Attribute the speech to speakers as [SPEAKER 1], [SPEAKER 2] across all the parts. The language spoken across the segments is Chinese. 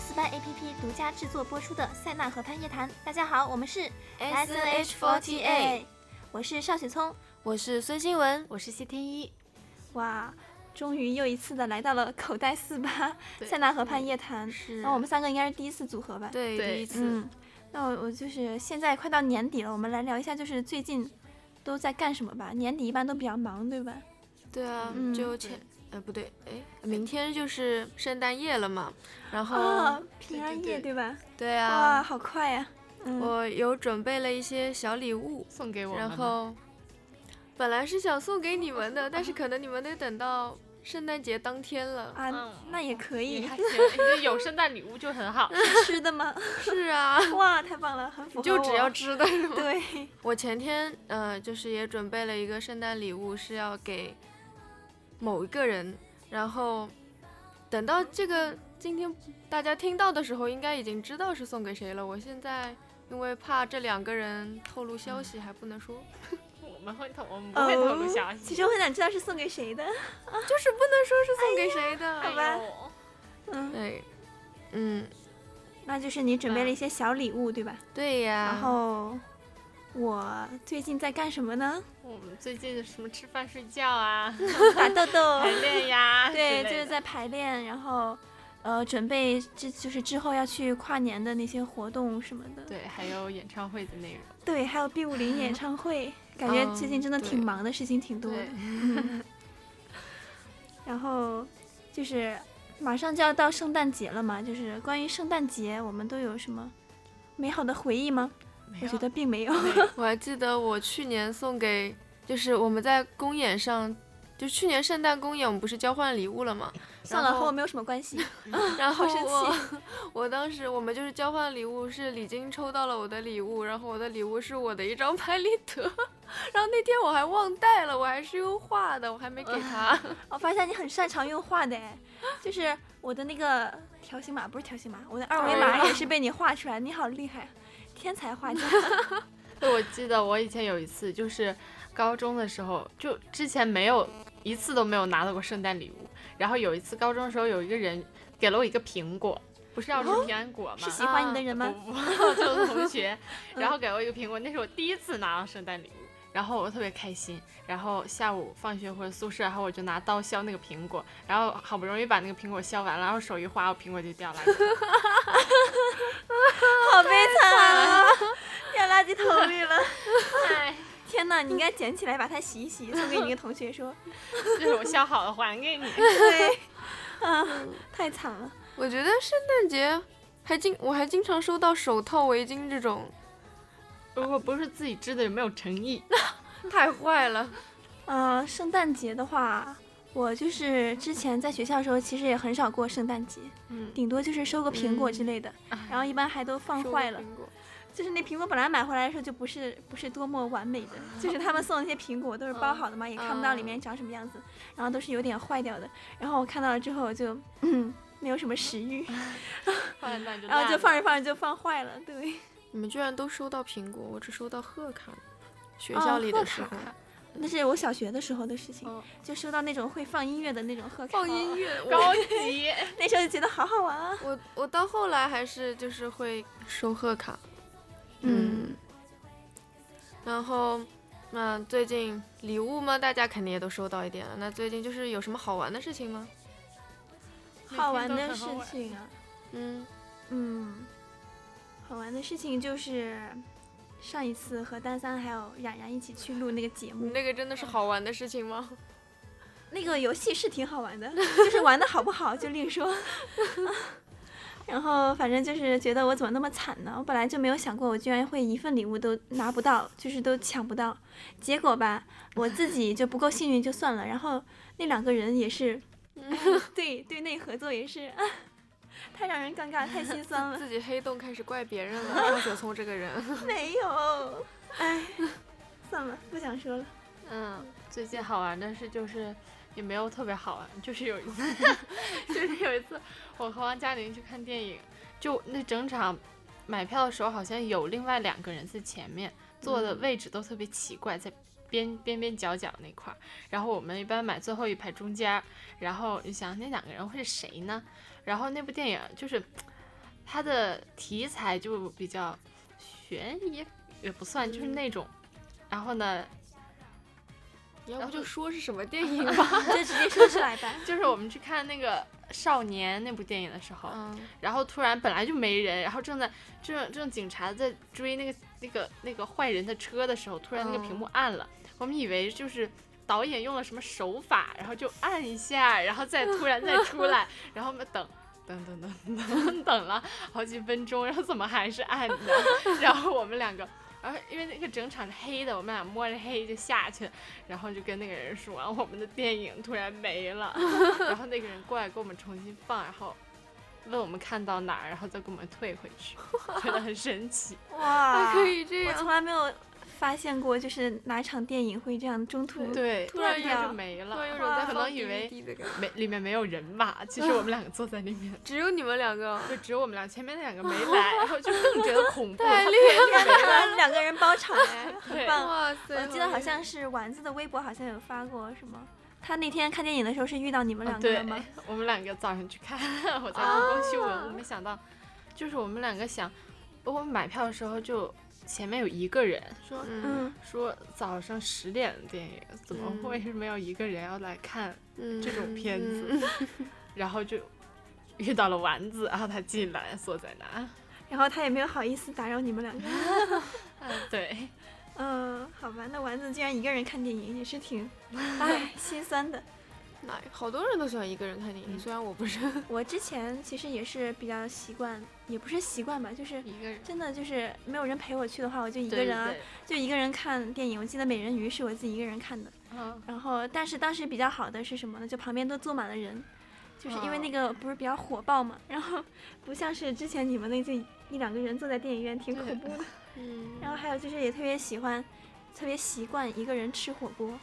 [SPEAKER 1] APP 独家制作播出的《塞纳河畔夜谈》。大家好，我们是
[SPEAKER 2] S N H forty eight，
[SPEAKER 1] 我是邵雪聪。
[SPEAKER 2] 我是孙新文，
[SPEAKER 3] 我是谢天一，
[SPEAKER 1] 哇，终于又一次的来到了口袋四八《
[SPEAKER 3] 对
[SPEAKER 1] 塞纳河畔夜谈》，
[SPEAKER 2] 是
[SPEAKER 1] 然后我们三个应该是第一次组合吧？，
[SPEAKER 2] 对
[SPEAKER 3] 对
[SPEAKER 2] 第一次，
[SPEAKER 1] 嗯，那我我就是现在快到年底了，我们来聊一下就是最近都在干什么吧。年底一般都比较忙，对吧？
[SPEAKER 2] 对啊
[SPEAKER 1] 嗯，
[SPEAKER 2] 就前呃不对，哎，明天就是圣诞夜了嘛，然
[SPEAKER 1] 啊
[SPEAKER 2] 后，
[SPEAKER 1] 平安
[SPEAKER 3] 对
[SPEAKER 1] 夜对吧？
[SPEAKER 2] 哦对
[SPEAKER 1] 哇，
[SPEAKER 2] 啊，
[SPEAKER 1] 好快呀！嗯，
[SPEAKER 2] 我有准备了一些小礼物，
[SPEAKER 3] 送给我们
[SPEAKER 2] 然
[SPEAKER 3] 了
[SPEAKER 2] 后本来是想送给你们的，但是可能你们得等到圣诞节当天了。
[SPEAKER 1] 啊
[SPEAKER 3] 嗯，
[SPEAKER 1] 那也可
[SPEAKER 3] 也
[SPEAKER 1] 以
[SPEAKER 3] 还。行，哎你有圣诞礼物就很好。
[SPEAKER 1] 吃的吗？
[SPEAKER 2] 是啊，
[SPEAKER 1] 哇，太棒了，很符合
[SPEAKER 2] 就只
[SPEAKER 1] 我
[SPEAKER 2] 要知道。
[SPEAKER 1] 对，
[SPEAKER 2] 我前天呃，就是也准备了一个圣诞礼物，是要给某一个人，然后等到这个今天大家听到的时候，应该已经知道是送给谁了。我现在因为怕这两个人透露消息，还不能说，
[SPEAKER 1] 嗯
[SPEAKER 3] 我们会透，我们不会透露消息。
[SPEAKER 1] 哦其实我很想知道是送给谁的。
[SPEAKER 2] 就是不能说是送给谁
[SPEAKER 1] 哎好
[SPEAKER 2] 的。
[SPEAKER 3] 哎
[SPEAKER 1] 吧嗯，
[SPEAKER 2] 对，嗯，
[SPEAKER 1] 哎那就是你准备了一些小礼物，对吧？
[SPEAKER 2] 对呀。
[SPEAKER 1] 然后我最近在干什么 呢？
[SPEAKER 3] 我们最近什么吃饭、睡觉啊，
[SPEAKER 1] 打豆 豆
[SPEAKER 3] 排，练呀，
[SPEAKER 1] 嗯 对，
[SPEAKER 3] 之
[SPEAKER 1] 就
[SPEAKER 3] 类
[SPEAKER 1] 是
[SPEAKER 3] 的
[SPEAKER 1] 在排练，然后呃，准备这就是之后要去跨年的那些活动什么的。
[SPEAKER 3] 对，还有演唱会的内容。
[SPEAKER 1] 对，还有 B 五 零演唱会，感觉最近真的挺
[SPEAKER 2] 嗯对
[SPEAKER 1] 忙的，事情挺多的
[SPEAKER 2] 对。，
[SPEAKER 1] 然后就是马上就要到圣诞节了嘛，就是关于圣诞节，我们都有什么美好的回忆吗？我觉得并没 有。
[SPEAKER 2] 我还记得我去年送给，就是我们在公演上，就去年圣诞公演，我们不是交换礼物 了吗？
[SPEAKER 1] 算了，
[SPEAKER 2] 然
[SPEAKER 1] 和
[SPEAKER 2] 后
[SPEAKER 1] 我没有什么关系。
[SPEAKER 2] 然后
[SPEAKER 1] 生
[SPEAKER 2] 我我当时我们就是交换礼物，是李菁抽到了我的礼物，然后我的礼物是我的一张拍立得，然后那天我还忘带了，我还是用画的，我还没给他。
[SPEAKER 1] 我发现你很擅长用画的哎，就是我的那个条形码不是条形码，我的二维
[SPEAKER 3] 二维
[SPEAKER 1] 码
[SPEAKER 3] 码
[SPEAKER 1] 也是被你画出来，你好厉害，天才画家。
[SPEAKER 3] 对，我记得我以前有一次，就是高中的时候，就之前没有一次都没有拿到过圣诞礼物。然后有一次高中的时候，有一个人给了我一个苹果，不是要
[SPEAKER 1] 哦
[SPEAKER 3] 吃平安果吗？
[SPEAKER 1] 是喜欢你的人吗？
[SPEAKER 3] 不 不，就是同学，然后给我一个苹果，那是我第一次拿到圣诞礼物，然后我特别开心，然后下午放学回宿舍，然后我就拿刀削那个苹果，然后好不容易把那个苹果削完了，然后手一滑，我苹果就掉了。
[SPEAKER 1] 好悲惨啊，掉垃圾桶里了。
[SPEAKER 3] 哎，
[SPEAKER 1] 天哪，你应该捡起来把它洗一洗，送给你一个同学说，
[SPEAKER 3] 这是我削好了还给你。
[SPEAKER 1] 对， 啊，太惨了。
[SPEAKER 2] 我觉得圣诞节还经我还经常收到手套、围巾这种，
[SPEAKER 3] 如果不是自己织的，有没有 诚意？
[SPEAKER 2] 太坏了。
[SPEAKER 1] 呃，圣诞节的话，我就是之前在学校的时候，其实也很少过圣诞节，
[SPEAKER 3] 嗯
[SPEAKER 1] 顶多就是收个苹果之
[SPEAKER 2] 嗯
[SPEAKER 1] 类的，然后一般还都放
[SPEAKER 2] 收
[SPEAKER 1] 坏
[SPEAKER 2] 个
[SPEAKER 1] 了。
[SPEAKER 2] 苹果
[SPEAKER 1] 就是那苹果本来买回来的时候就不是不是多么完美的，就是他们送的那些苹果都是
[SPEAKER 2] 嗯
[SPEAKER 1] 包好的嘛，也看不到里面长什么样子，然后都是有点坏掉的。然后我看到了之后就， 嗯，没有什么食欲，
[SPEAKER 3] 放在那啊就
[SPEAKER 1] 然后就
[SPEAKER 3] 烂
[SPEAKER 1] 放
[SPEAKER 3] 了
[SPEAKER 1] 着放着就放坏了。 对，
[SPEAKER 2] 你们居然都收到苹果，我只收到贺卡，学
[SPEAKER 1] 哦
[SPEAKER 2] 校里
[SPEAKER 1] 贺
[SPEAKER 2] 的时
[SPEAKER 1] 卡
[SPEAKER 2] 候、
[SPEAKER 1] 那是我小学的时候的事情，
[SPEAKER 3] 哦
[SPEAKER 1] 就收到那种会放音乐的那种贺卡，
[SPEAKER 2] 嗯放音乐，我
[SPEAKER 3] 高级，
[SPEAKER 1] 那时候就觉得好好玩啊。
[SPEAKER 2] 我我到后来还是就是会收贺卡，
[SPEAKER 1] 嗯，
[SPEAKER 2] 然后那最近礼物嘛，大家肯定也都收到一点了。那最近就是有什么好玩的事情吗？
[SPEAKER 1] 好玩
[SPEAKER 3] 每天
[SPEAKER 1] 的
[SPEAKER 3] 都
[SPEAKER 1] 事
[SPEAKER 3] 很好玩
[SPEAKER 1] 情啊，
[SPEAKER 2] 嗯，
[SPEAKER 1] 嗯，好玩的事情就是上一次和丹三还有冉冉一起去录那个节
[SPEAKER 2] 你
[SPEAKER 1] 目，
[SPEAKER 2] 那个真的是好玩的事情吗？
[SPEAKER 1] 那个游戏是挺好玩的，就是玩的好不好就另说。 然后反正就是觉得我怎么那么惨呢？我本来就没有想过我居然会一份礼物都拿不到，就是都抢不到。结果吧，我自己就不够幸运就算了，然后那两个人也 是，对对内合作也是， 啊太让人尴尬，太心酸了。
[SPEAKER 2] 自己黑洞开始怪别人了，张雪聪这个人。
[SPEAKER 1] 没有，哎，算了，不想说了。
[SPEAKER 3] 嗯，最近好玩的是就是也没有特别好玩，就是有一次， 就是有一次我和王嘉玲去看电影，就那整场买票的时候好像有另外两个人在前面，坐的位置都特别奇怪，在边边边角角那块儿。然后我们一般买最后一排中间儿，然后你想那两个人会是谁呢？然后那部电影就是。它的题材就比较悬疑，也不算，就是那种。然后呢，
[SPEAKER 2] 你 要
[SPEAKER 3] 然
[SPEAKER 2] 不就
[SPEAKER 3] 后
[SPEAKER 2] 说是什么电 影吧？
[SPEAKER 1] 就直接说出来吧。
[SPEAKER 3] 就是我们去看那个《少年》那部电影的时候，
[SPEAKER 2] 嗯，
[SPEAKER 3] 然后突然本来就没人，然后正在正正警察在追那个那个那个坏人的车的时候，突然那个屏幕暗了，我们以为就是导演用了什么手法，然后就按一下，然后再突然再出来，然后我们等。等等等等等了好几分钟，然后怎么还是暗的？ 然后我们两个，然后因为那个整场是黑的，我们俩摸着黑就下去了，然后就跟那个人说，我们的电影突然没了， 然后那个人过来给我们重新放，然后问我们看到哪儿，然后再给我们退回去， 觉得很神奇。
[SPEAKER 1] 哇，
[SPEAKER 2] 还可以这
[SPEAKER 1] 我
[SPEAKER 2] 样
[SPEAKER 1] 从，来没有发现过，就是哪场电影会这样中途
[SPEAKER 3] 对，
[SPEAKER 2] 突然
[SPEAKER 3] 一下
[SPEAKER 1] 有
[SPEAKER 3] 就没
[SPEAKER 2] 突然有
[SPEAKER 3] 了，
[SPEAKER 2] 人在放
[SPEAKER 3] 可能以为
[SPEAKER 2] DVD 的感觉，
[SPEAKER 3] 没里面没有人 吧，其实我们两个坐在里面，
[SPEAKER 2] 只有你们两个，
[SPEAKER 3] 就只有我们俩，前面那两个没来，然后就更觉得 恐怖。
[SPEAKER 2] 太厉
[SPEAKER 1] 天哪两个人包场 哎，很
[SPEAKER 2] 害了！
[SPEAKER 3] 对
[SPEAKER 1] 棒。
[SPEAKER 2] 哇塞，
[SPEAKER 1] 我记得好
[SPEAKER 2] 厉
[SPEAKER 1] 像是丸子的微博好像有发过什么，他那天看电影的时候是遇到你们两个
[SPEAKER 3] 对
[SPEAKER 1] 了吗？，
[SPEAKER 3] 我们两个早上去看，我在故宫秀文，我没想到，就是我们两个想，我们买票的时候就前面有一个人说
[SPEAKER 2] 害，嗯
[SPEAKER 1] 嗯，
[SPEAKER 3] 说早上十点的电影怎么
[SPEAKER 2] 嗯
[SPEAKER 3] 会没有一个人要来看？
[SPEAKER 2] 嗯，
[SPEAKER 3] 这种片子
[SPEAKER 2] 嗯，
[SPEAKER 3] 然后就遇到了丸子，然后他进来坐在那，
[SPEAKER 1] 然后他也没有好意思打扰你们两个。
[SPEAKER 3] 对，
[SPEAKER 1] 嗯，好吧，那丸子竟然一个人看电影也是 挺，唉，心酸的。
[SPEAKER 2] 哪嗯好多人都喜欢一个人看电影，
[SPEAKER 3] 嗯
[SPEAKER 2] 虽然我不是，
[SPEAKER 1] 我之前其实也是比较习惯，也不是习惯吧，就是
[SPEAKER 3] 一个人。
[SPEAKER 1] 真的就是没有人陪我去的话，我就一
[SPEAKER 3] 一
[SPEAKER 1] 个人啊，就一个人看电影。我记得《美人鱼》是我自己一个人看的，
[SPEAKER 3] 嗯，
[SPEAKER 1] 然后但是当时比较好的是什么呢？就旁边都坐满了人，就是因为那个不是比较火爆嘛，然后 不像是之前你们那就一两个人坐在电影院挺
[SPEAKER 3] 对
[SPEAKER 1] 恐怖的。
[SPEAKER 2] 嗯，
[SPEAKER 1] 然后还有就是也特别喜欢，特别习惯一个人吃火锅，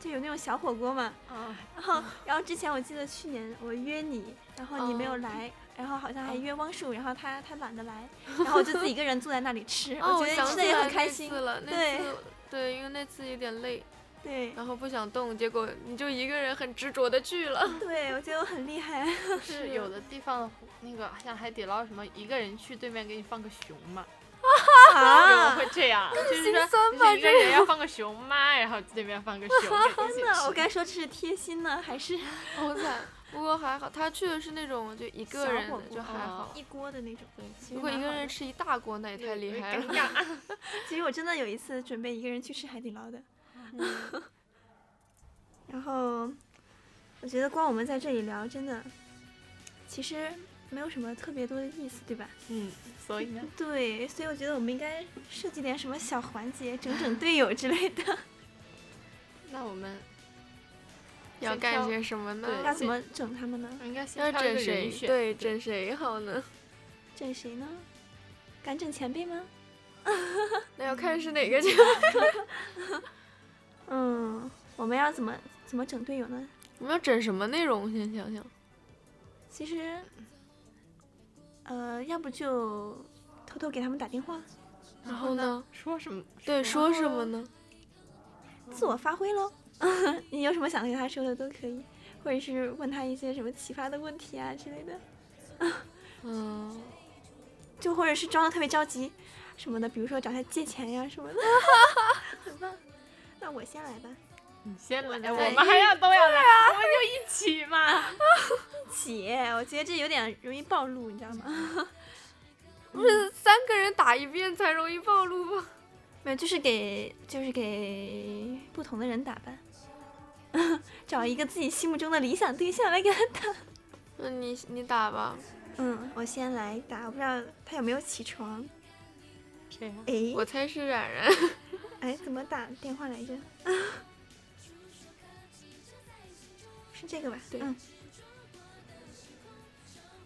[SPEAKER 1] 就有那种小火锅嘛。
[SPEAKER 2] 哦
[SPEAKER 3] 啊，
[SPEAKER 1] 然后然后之前我记得去年我约你，然后你没有
[SPEAKER 2] 哦
[SPEAKER 1] 来。然后好像还
[SPEAKER 3] 哦
[SPEAKER 1] 约汪树，然后他他懒得来，然后我就自己一个人坐在那里吃，
[SPEAKER 2] 哦，
[SPEAKER 1] 我觉得
[SPEAKER 2] 想
[SPEAKER 1] 吃
[SPEAKER 2] 起
[SPEAKER 1] 的也
[SPEAKER 2] 来
[SPEAKER 1] 很开
[SPEAKER 2] 那
[SPEAKER 1] 心
[SPEAKER 2] 次。了，那
[SPEAKER 1] 对
[SPEAKER 2] 次对，因为那次有点累，
[SPEAKER 1] 对
[SPEAKER 2] 然后不想动，结果你就一个人很执着的去了。
[SPEAKER 1] 对，我觉得我很厉害。
[SPEAKER 3] 就是有的地方的那个像海底捞什么，一个人去对面给你放个熊嘛，有人
[SPEAKER 1] 啊！
[SPEAKER 3] 会 这样，就是
[SPEAKER 2] 心
[SPEAKER 3] 说
[SPEAKER 2] 酸吧
[SPEAKER 3] 你一个人要放个熊妈，然后对面放个熊，
[SPEAKER 1] 真的，我该说这是贴心呢，还是
[SPEAKER 2] 好惨。不过还好，他去的是那种就一个
[SPEAKER 1] 小
[SPEAKER 2] 人
[SPEAKER 1] 火
[SPEAKER 2] 的，
[SPEAKER 1] 锅
[SPEAKER 2] 就还好。
[SPEAKER 1] 一锅的那种？ 其实
[SPEAKER 2] 如果
[SPEAKER 1] 蛮
[SPEAKER 2] 一个
[SPEAKER 1] 好
[SPEAKER 2] 人
[SPEAKER 1] 的，
[SPEAKER 2] 吃一大锅，那也太厉害了。
[SPEAKER 3] 了。
[SPEAKER 1] 其实我真的有一次准备一个人去吃海底捞的，
[SPEAKER 2] 嗯
[SPEAKER 1] 然后我觉得光我们在这里聊，真的其实没有什么特别多的意思，对吧？
[SPEAKER 3] 嗯，所以呢，
[SPEAKER 1] 对，所以我觉得我们应该设计点什么小环节，整整队友之类的。
[SPEAKER 3] 那我们
[SPEAKER 2] 要
[SPEAKER 3] 先
[SPEAKER 2] 干
[SPEAKER 3] 挑
[SPEAKER 2] 些什么呢？
[SPEAKER 3] 对
[SPEAKER 1] 要怎么整他们呢？
[SPEAKER 3] 应该先
[SPEAKER 2] 要
[SPEAKER 3] 挑一
[SPEAKER 2] 整
[SPEAKER 3] 个
[SPEAKER 2] 谁？
[SPEAKER 3] 人选，
[SPEAKER 2] 对，整谁好呢？
[SPEAKER 1] 整谁呢？敢整前辈吗？
[SPEAKER 2] 那要看是哪个奖。
[SPEAKER 1] 嗯，我们要怎么怎么整队友呢？
[SPEAKER 2] 我们要整什么内容？先想想。
[SPEAKER 1] 其实，呃，要不就偷偷给他们打电话，
[SPEAKER 2] 然后呢？
[SPEAKER 3] 说什么？
[SPEAKER 2] 对，说什么呢？
[SPEAKER 1] 自我发挥喽。 你有什么想对他说的都可以，或者是问他一些什么奇葩的问题啊之类的，
[SPEAKER 2] 嗯，
[SPEAKER 1] 就或者是装的特别着急什么的，比如说找他借钱呀、什么的， 很棒。那我先来吧，
[SPEAKER 3] 你先来，哎
[SPEAKER 1] 我
[SPEAKER 3] 我
[SPEAKER 1] 来
[SPEAKER 3] 们还要
[SPEAKER 2] 啊
[SPEAKER 3] 都要来，我们就一起嘛。
[SPEAKER 1] 姐，我觉得这有点容易暴露，你知道吗？
[SPEAKER 2] 不是三个人打一遍才容易暴露吗？
[SPEAKER 1] 没有，就是给就是给不同的人打吧， 找一个自己心目中的理想对象来给他
[SPEAKER 2] 那你你打吧，
[SPEAKER 1] 嗯，我先来打，我不知道他有没有起床。
[SPEAKER 3] 这样，
[SPEAKER 1] 哎，
[SPEAKER 2] 我猜是冉冉。
[SPEAKER 1] 哎，怎么打电话来着？ 是这个吧？
[SPEAKER 2] 对
[SPEAKER 1] 嗯，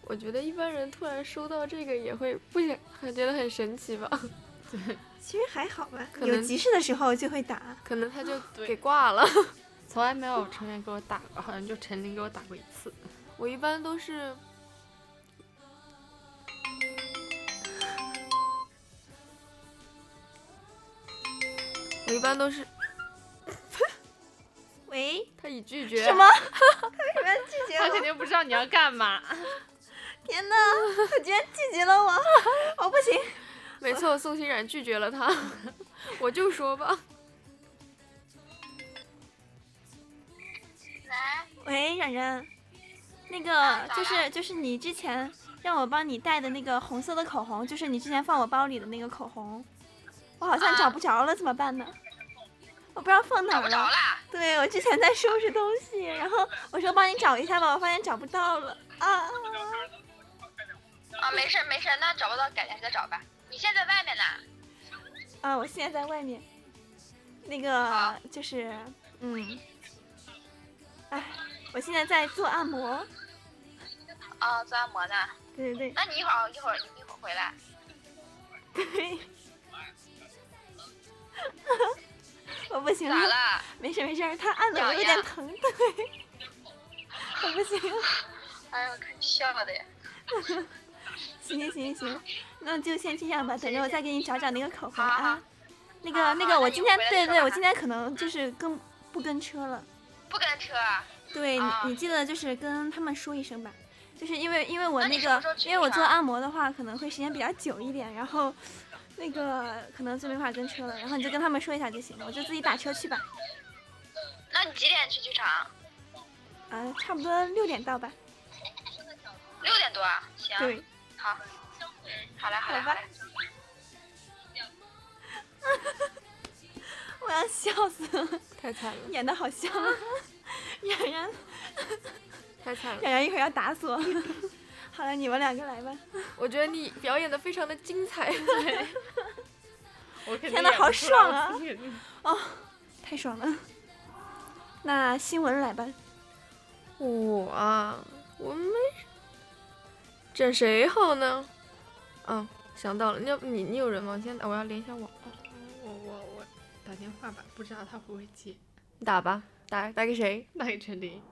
[SPEAKER 2] 我觉得一般人突然收到这个也会不想，还觉得很神奇吧？
[SPEAKER 1] 其实还好吧，
[SPEAKER 2] 可
[SPEAKER 1] 有
[SPEAKER 2] 能
[SPEAKER 1] 急事的时候就会打。
[SPEAKER 2] 可能 他就
[SPEAKER 3] 对
[SPEAKER 2] 给挂了。
[SPEAKER 3] 从来没有成员给我打过，好像就陈琳给我打过一次。
[SPEAKER 2] 我一般都是我一般都 是
[SPEAKER 1] 喂，
[SPEAKER 2] 他已拒绝
[SPEAKER 1] 什么？他为什么要拒绝
[SPEAKER 3] 他肯
[SPEAKER 1] 我？
[SPEAKER 3] 定不知道你要干嘛，
[SPEAKER 1] 天哪，他居然拒绝了我， 我不行。
[SPEAKER 2] 没错，宋欣然拒绝了他， 我就说吧，
[SPEAKER 4] 喂，
[SPEAKER 1] 喂，冉冉，那
[SPEAKER 4] 啊
[SPEAKER 1] 个就是就是你之前让我帮你带的那个红色的口红，就是你之前放我包里的那个口红，我好像找不着了，怎么办呢？我不知道放哪
[SPEAKER 4] 啊找
[SPEAKER 1] 儿
[SPEAKER 4] 不着
[SPEAKER 1] 了。
[SPEAKER 4] 啦，
[SPEAKER 1] 对，我之前在收拾东西，然后我说帮你找一下吧，我发现找不到了啊！
[SPEAKER 4] 啊，没事儿没事儿，那找不到改天再找吧。你现在在外面呢？
[SPEAKER 1] 啊，我现在在外面，那个
[SPEAKER 4] 好
[SPEAKER 1] 就是嗯，哎，我现在在做按摩，
[SPEAKER 4] 哦，做按摩呢。
[SPEAKER 1] 对对
[SPEAKER 4] 那你一会儿一会儿你一会儿回来。
[SPEAKER 1] 对对。 我不行
[SPEAKER 4] 咋
[SPEAKER 1] 了，
[SPEAKER 4] 了？
[SPEAKER 1] 没事没事，他按的我
[SPEAKER 4] 痒
[SPEAKER 1] 有点
[SPEAKER 4] 痒
[SPEAKER 1] 疼，对， 我不行，
[SPEAKER 4] 哎呦，看你笑的呀。
[SPEAKER 1] 行行行行，那就先这样吧，等着我再给你找找那个口红
[SPEAKER 4] 好好
[SPEAKER 1] 啊。那个
[SPEAKER 4] 好
[SPEAKER 1] 那
[SPEAKER 4] 好
[SPEAKER 1] 个，
[SPEAKER 4] 那
[SPEAKER 1] 我
[SPEAKER 4] 你
[SPEAKER 1] 今天
[SPEAKER 4] 回来
[SPEAKER 1] 对
[SPEAKER 4] 再
[SPEAKER 1] 对，
[SPEAKER 4] 说
[SPEAKER 1] 我
[SPEAKER 4] 吧
[SPEAKER 1] 今天可能就是跟不跟车了。
[SPEAKER 4] 不跟车啊？
[SPEAKER 1] 对你
[SPEAKER 4] 啊
[SPEAKER 1] 你记得就是跟他们说一声吧，就是因为因为我
[SPEAKER 4] 那你
[SPEAKER 1] 那
[SPEAKER 4] 什么
[SPEAKER 1] 个
[SPEAKER 4] 时候去啊
[SPEAKER 1] 因为我
[SPEAKER 4] 一趟
[SPEAKER 1] 做按摩的话可能会时间比较久一点，然后那个可能就没法跟车了，然后你就跟他们说一下就行了，我就自己打车去吧。
[SPEAKER 4] 那你几点去剧场？
[SPEAKER 1] 啊，差不多六点到吧。
[SPEAKER 4] 六点多啊？行。
[SPEAKER 1] 对，
[SPEAKER 4] 好。好嘞，好嘞，
[SPEAKER 1] 好
[SPEAKER 4] 好
[SPEAKER 1] 吧
[SPEAKER 4] 嘞。
[SPEAKER 1] 我要笑死了，
[SPEAKER 2] 太惨了，
[SPEAKER 1] 演的好 像冉冉
[SPEAKER 2] 太惨了。
[SPEAKER 1] 冉冉一会儿要打 死我。好了，你们两个来吧。
[SPEAKER 2] 我觉得你表演的非常的精彩，
[SPEAKER 3] 我肯定
[SPEAKER 1] 天哪
[SPEAKER 3] 演不
[SPEAKER 1] 好
[SPEAKER 3] 出来
[SPEAKER 1] 爽啊
[SPEAKER 3] 我自己的
[SPEAKER 1] 哦，太爽了。那新闻来吧。
[SPEAKER 2] 我啊，我没整谁好呢？嗯，想到了，你要你你有人吗？先我要连一下网，
[SPEAKER 3] 我我我打电话吧，不知道他会不会接。
[SPEAKER 2] 你打吧，打打给谁？
[SPEAKER 3] 那给陈琳，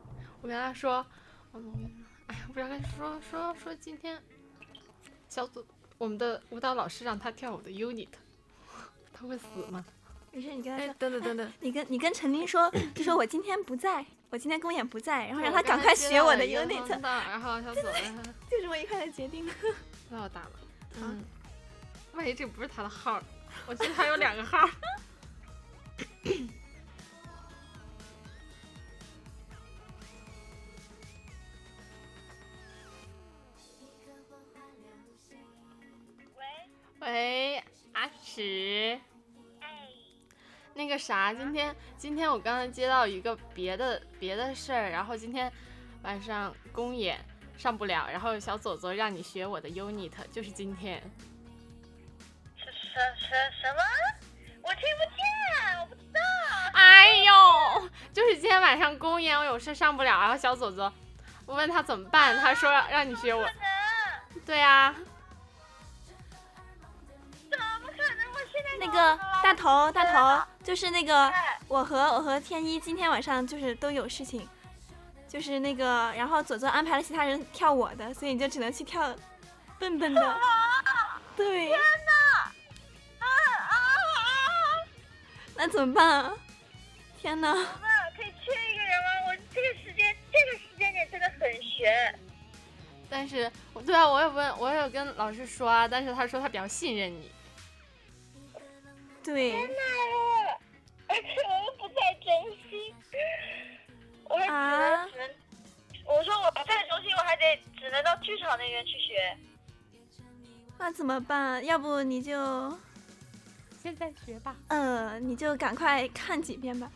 [SPEAKER 3] 我跟他说，嗯我跟他说，哎呀，我不知道跟他说说说今天小组我们的舞蹈老师让他跳我的 unit，他会死吗？
[SPEAKER 1] 没事，你跟他
[SPEAKER 2] 哎
[SPEAKER 1] 说，。
[SPEAKER 2] 等等等等，
[SPEAKER 1] 你跟你跟陈琳 说，就说我今天不在，我今天公演不在，然后让
[SPEAKER 3] 我
[SPEAKER 1] 他
[SPEAKER 3] 跟
[SPEAKER 1] 赶快
[SPEAKER 3] 接
[SPEAKER 1] 学
[SPEAKER 3] 到
[SPEAKER 1] 我
[SPEAKER 3] 了
[SPEAKER 1] 的
[SPEAKER 3] 一个通
[SPEAKER 1] unit，
[SPEAKER 3] 道然后小组让他
[SPEAKER 1] 就这么愉快的决定了。
[SPEAKER 3] 让我打了，啊
[SPEAKER 2] 嗯，
[SPEAKER 3] 万一这不是他的号儿，我记得他有两个号儿。
[SPEAKER 4] 喂，
[SPEAKER 3] 喂，阿史，
[SPEAKER 4] 哎，啊
[SPEAKER 3] 那个啥，今天今天我刚才接到一个别的别的事儿，然后今天晚上公演上不了，然后小左左让你学我的 unit，就是今天。
[SPEAKER 4] 什什什什么？我听不见，我不知道。
[SPEAKER 3] 哎呦，就是今天晚上公演我有事上不了，然后小左左，我问他怎么办，他说让你学我。对啊，
[SPEAKER 4] 怎么可能？我现在
[SPEAKER 1] 那个大头大头，就是那个我和我和天一今天晚上就是都有事情，就是那个，然后左左安排了其他人跳我的，所以你就只能去跳笨笨 的。对，
[SPEAKER 4] 啊啊！
[SPEAKER 1] 那怎么办啊？天哪，
[SPEAKER 4] 啊，可以缺一个人吗？我这个时间这个时间点真的很悬。
[SPEAKER 3] 但是我对啊，我也问，我也跟老师说啊，但是他说他比较信任你。
[SPEAKER 1] 对
[SPEAKER 4] 而且我又不在中心，我只
[SPEAKER 1] 啊
[SPEAKER 4] 能只能，我说我不在中心，我还得只能到剧场那边去学。
[SPEAKER 1] 那怎么办？啊要不你就
[SPEAKER 3] 现在学吧。
[SPEAKER 1] 呃，你就赶快看几遍吧。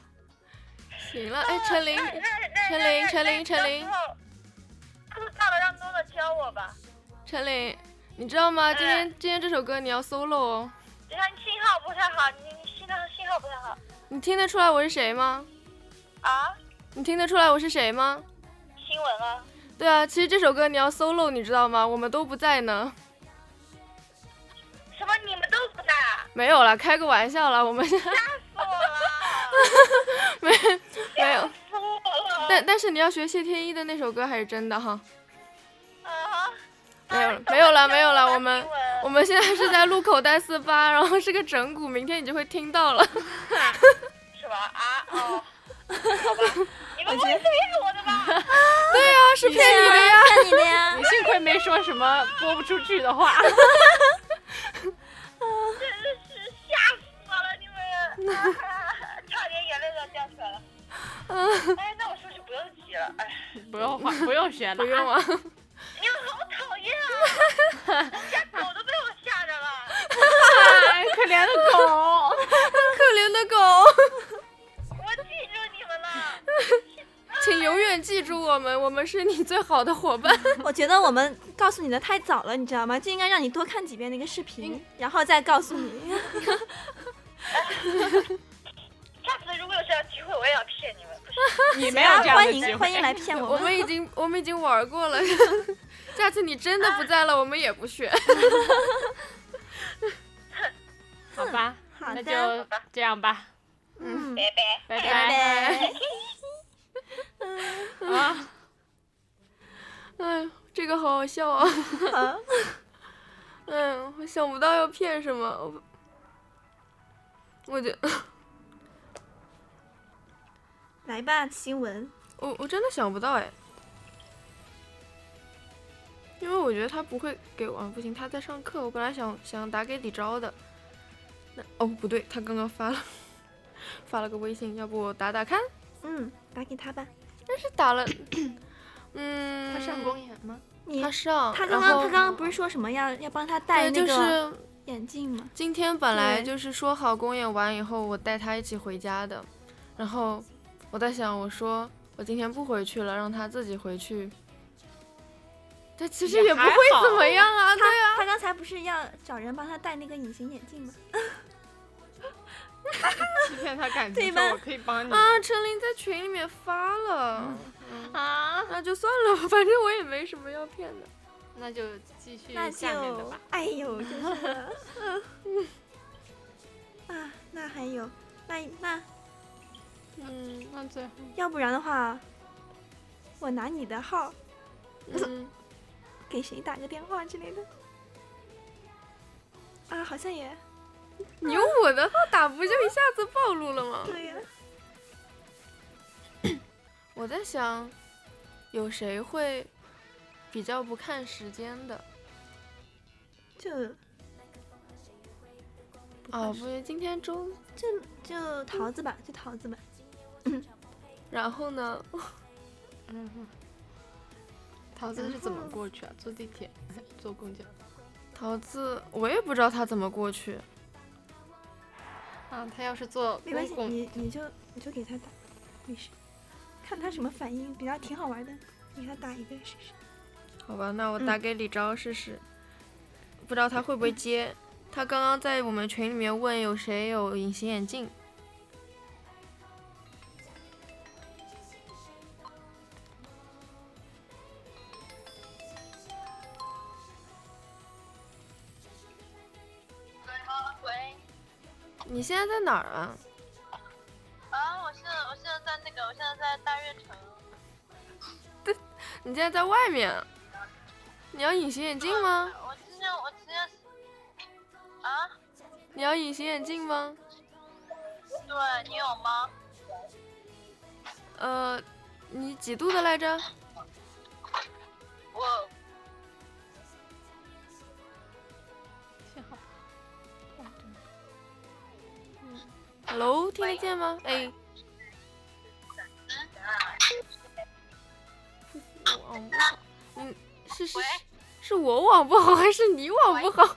[SPEAKER 2] 行了， 哎，陈
[SPEAKER 4] 啊
[SPEAKER 2] 琳，陈
[SPEAKER 4] 陈
[SPEAKER 2] 琳陈琳陈琳
[SPEAKER 4] 不知道了，让多多教我吧。
[SPEAKER 2] 陈琳，你知道吗？今天今天这首歌你要 solo 哦，
[SPEAKER 4] 你看信号不太好，你你信号信号不太好
[SPEAKER 2] 你听得出来我是谁吗？
[SPEAKER 4] 啊？
[SPEAKER 2] 你听得出来我是谁吗？
[SPEAKER 4] 新闻啊？
[SPEAKER 2] 对啊，其实这首歌你要 solo，你知道吗？我们都不在呢。
[SPEAKER 4] 什么？你们都不在啊？
[SPEAKER 2] 没有啦，开个玩笑啦，我们
[SPEAKER 4] 死我了！
[SPEAKER 2] 没 没 有。
[SPEAKER 4] 死我了！
[SPEAKER 2] 但但是你要学谢天一的那首歌还是真的哈。
[SPEAKER 4] 啊！
[SPEAKER 2] 没有了，没有了，没有了。我们
[SPEAKER 4] 新闻
[SPEAKER 2] 我们现在是在录口袋四八，然后是个整蛊，明天你就会听到了。
[SPEAKER 4] 是吧？啊哦，好吧，你们不会这样我的吧？
[SPEAKER 2] 对啊，是骗你的呀！
[SPEAKER 1] 看你的呀
[SPEAKER 3] 你，幸亏没说什么播不出去的话。
[SPEAKER 4] 真是吓死我了，你们，啊 差点眼泪都要掉出来了。哎，那我是不是不用急了？哎，
[SPEAKER 3] 不用还，不用学了，
[SPEAKER 2] 不 用啊，
[SPEAKER 4] 你们好讨厌啊！我家狗都被我吓着了。
[SPEAKER 3] 哎，可怜的狗。
[SPEAKER 2] 可怜的狗，
[SPEAKER 4] 我记住你们了，
[SPEAKER 2] 请永远记住我们，我们是你最好的伙伴。
[SPEAKER 1] 我觉得我们告诉你的太早了，你知道吗？就应该让你多看几遍那个视频，然后再告诉你。
[SPEAKER 4] 下次如果有这样的机会，我也要骗你们。不 是
[SPEAKER 3] 你没有这样的
[SPEAKER 1] 欢
[SPEAKER 3] 机会。
[SPEAKER 1] 迎欢迎来骗我
[SPEAKER 2] 我
[SPEAKER 1] 们。
[SPEAKER 2] 们已经我们已经玩过了， 下次你真的不在了，我们也不选。
[SPEAKER 3] 好吧，
[SPEAKER 1] 好
[SPEAKER 3] 那
[SPEAKER 1] 的，
[SPEAKER 3] 就这样吧，
[SPEAKER 1] 嗯，
[SPEAKER 4] 拜拜。
[SPEAKER 3] 拜
[SPEAKER 1] 拜
[SPEAKER 2] 哎
[SPEAKER 1] 拜。
[SPEAKER 3] 啊！
[SPEAKER 2] 哎呦，这个好好笑啊！
[SPEAKER 1] 好
[SPEAKER 2] 哎呦，我想不到要骗什么，我我觉
[SPEAKER 1] 来吧，新闻。
[SPEAKER 2] 我我真的想不到哎，因为我觉得他不会给我，啊、不行，他在上课。我本来想想打给李昭的，那哦不对，他刚刚发了发了个微信，要不我打打看？
[SPEAKER 1] 嗯，打给他吧。
[SPEAKER 2] 但是打 了，嗯，
[SPEAKER 3] 他上公演吗？
[SPEAKER 1] 你
[SPEAKER 2] 他上，
[SPEAKER 1] 他刚
[SPEAKER 2] 哦然
[SPEAKER 1] 刚
[SPEAKER 2] 后
[SPEAKER 1] 他刚刚不是说什么要要帮他戴
[SPEAKER 2] 对，
[SPEAKER 1] 那
[SPEAKER 2] 就
[SPEAKER 1] 个
[SPEAKER 2] 是
[SPEAKER 1] 眼镜吗？
[SPEAKER 2] 今天本来
[SPEAKER 1] 对
[SPEAKER 2] 就是说好公演完以后我带他一起回家的，然后我在想，我说我今天不回去了，让他自己回去。他其实
[SPEAKER 3] 也
[SPEAKER 2] 也不
[SPEAKER 3] 还
[SPEAKER 2] 会
[SPEAKER 3] 好
[SPEAKER 2] 怎么样啊，对啊，
[SPEAKER 1] 他刚才不是要找人帮他戴那个隐形眼镜吗？
[SPEAKER 3] 欺骗 他感
[SPEAKER 1] 对
[SPEAKER 3] 情
[SPEAKER 1] 吧
[SPEAKER 3] 说我可以帮你
[SPEAKER 2] 啊，陈琳在群里面发了，嗯
[SPEAKER 3] 啊，
[SPEAKER 2] 那就算了 吧，反正我也没什么要骗的。
[SPEAKER 3] 那就继续
[SPEAKER 1] 那
[SPEAKER 3] 下面的
[SPEAKER 1] 就
[SPEAKER 3] 吧。
[SPEAKER 1] 哎呦，真是的，嗯啊，那还有，那那
[SPEAKER 3] 嗯，那最后
[SPEAKER 1] 要不然的话，我拿你的号
[SPEAKER 2] 嗯，
[SPEAKER 1] 给谁打个电话之类的。啊，好像也
[SPEAKER 2] 你用我的号打不就一下子暴露了吗？
[SPEAKER 1] 对呀、
[SPEAKER 2] 我在想，有谁会比较不看时间的？
[SPEAKER 1] 就
[SPEAKER 2] 哦，不对，今天周
[SPEAKER 1] 就就桃子吧，就桃子吧。
[SPEAKER 2] 然后呢？
[SPEAKER 3] 嗯哼。桃子是怎么过去啊？坐地铁，坐公交
[SPEAKER 2] 桃子，我也不知道他怎么过去。
[SPEAKER 3] 啊？他要是坐
[SPEAKER 1] 没关
[SPEAKER 3] 公
[SPEAKER 1] 系，
[SPEAKER 3] 共，
[SPEAKER 1] 你你就你就给他打，没事，看他什么反应，比较挺好玩的，你给他打一个试试。
[SPEAKER 2] 好吧，那我打给李昭试试，不知道他会不会接。他刚刚在我们群里面问有谁有隐形眼镜，
[SPEAKER 4] 喂，
[SPEAKER 2] 你现在在哪儿啊？
[SPEAKER 4] 啊，我现在我现在在那个，我现在在大悦城。
[SPEAKER 2] 你现在在外面？你要隐形眼镜吗？
[SPEAKER 4] 我今天我今天啊，
[SPEAKER 2] 你要隐形眼镜吗？
[SPEAKER 4] 对你有吗？
[SPEAKER 2] 呃，你几度的来着？
[SPEAKER 4] 我
[SPEAKER 3] 信号不好。哇真的
[SPEAKER 2] Hello，听得见吗？哎，网不好，嗯，是是是是我网不好还是你网不好？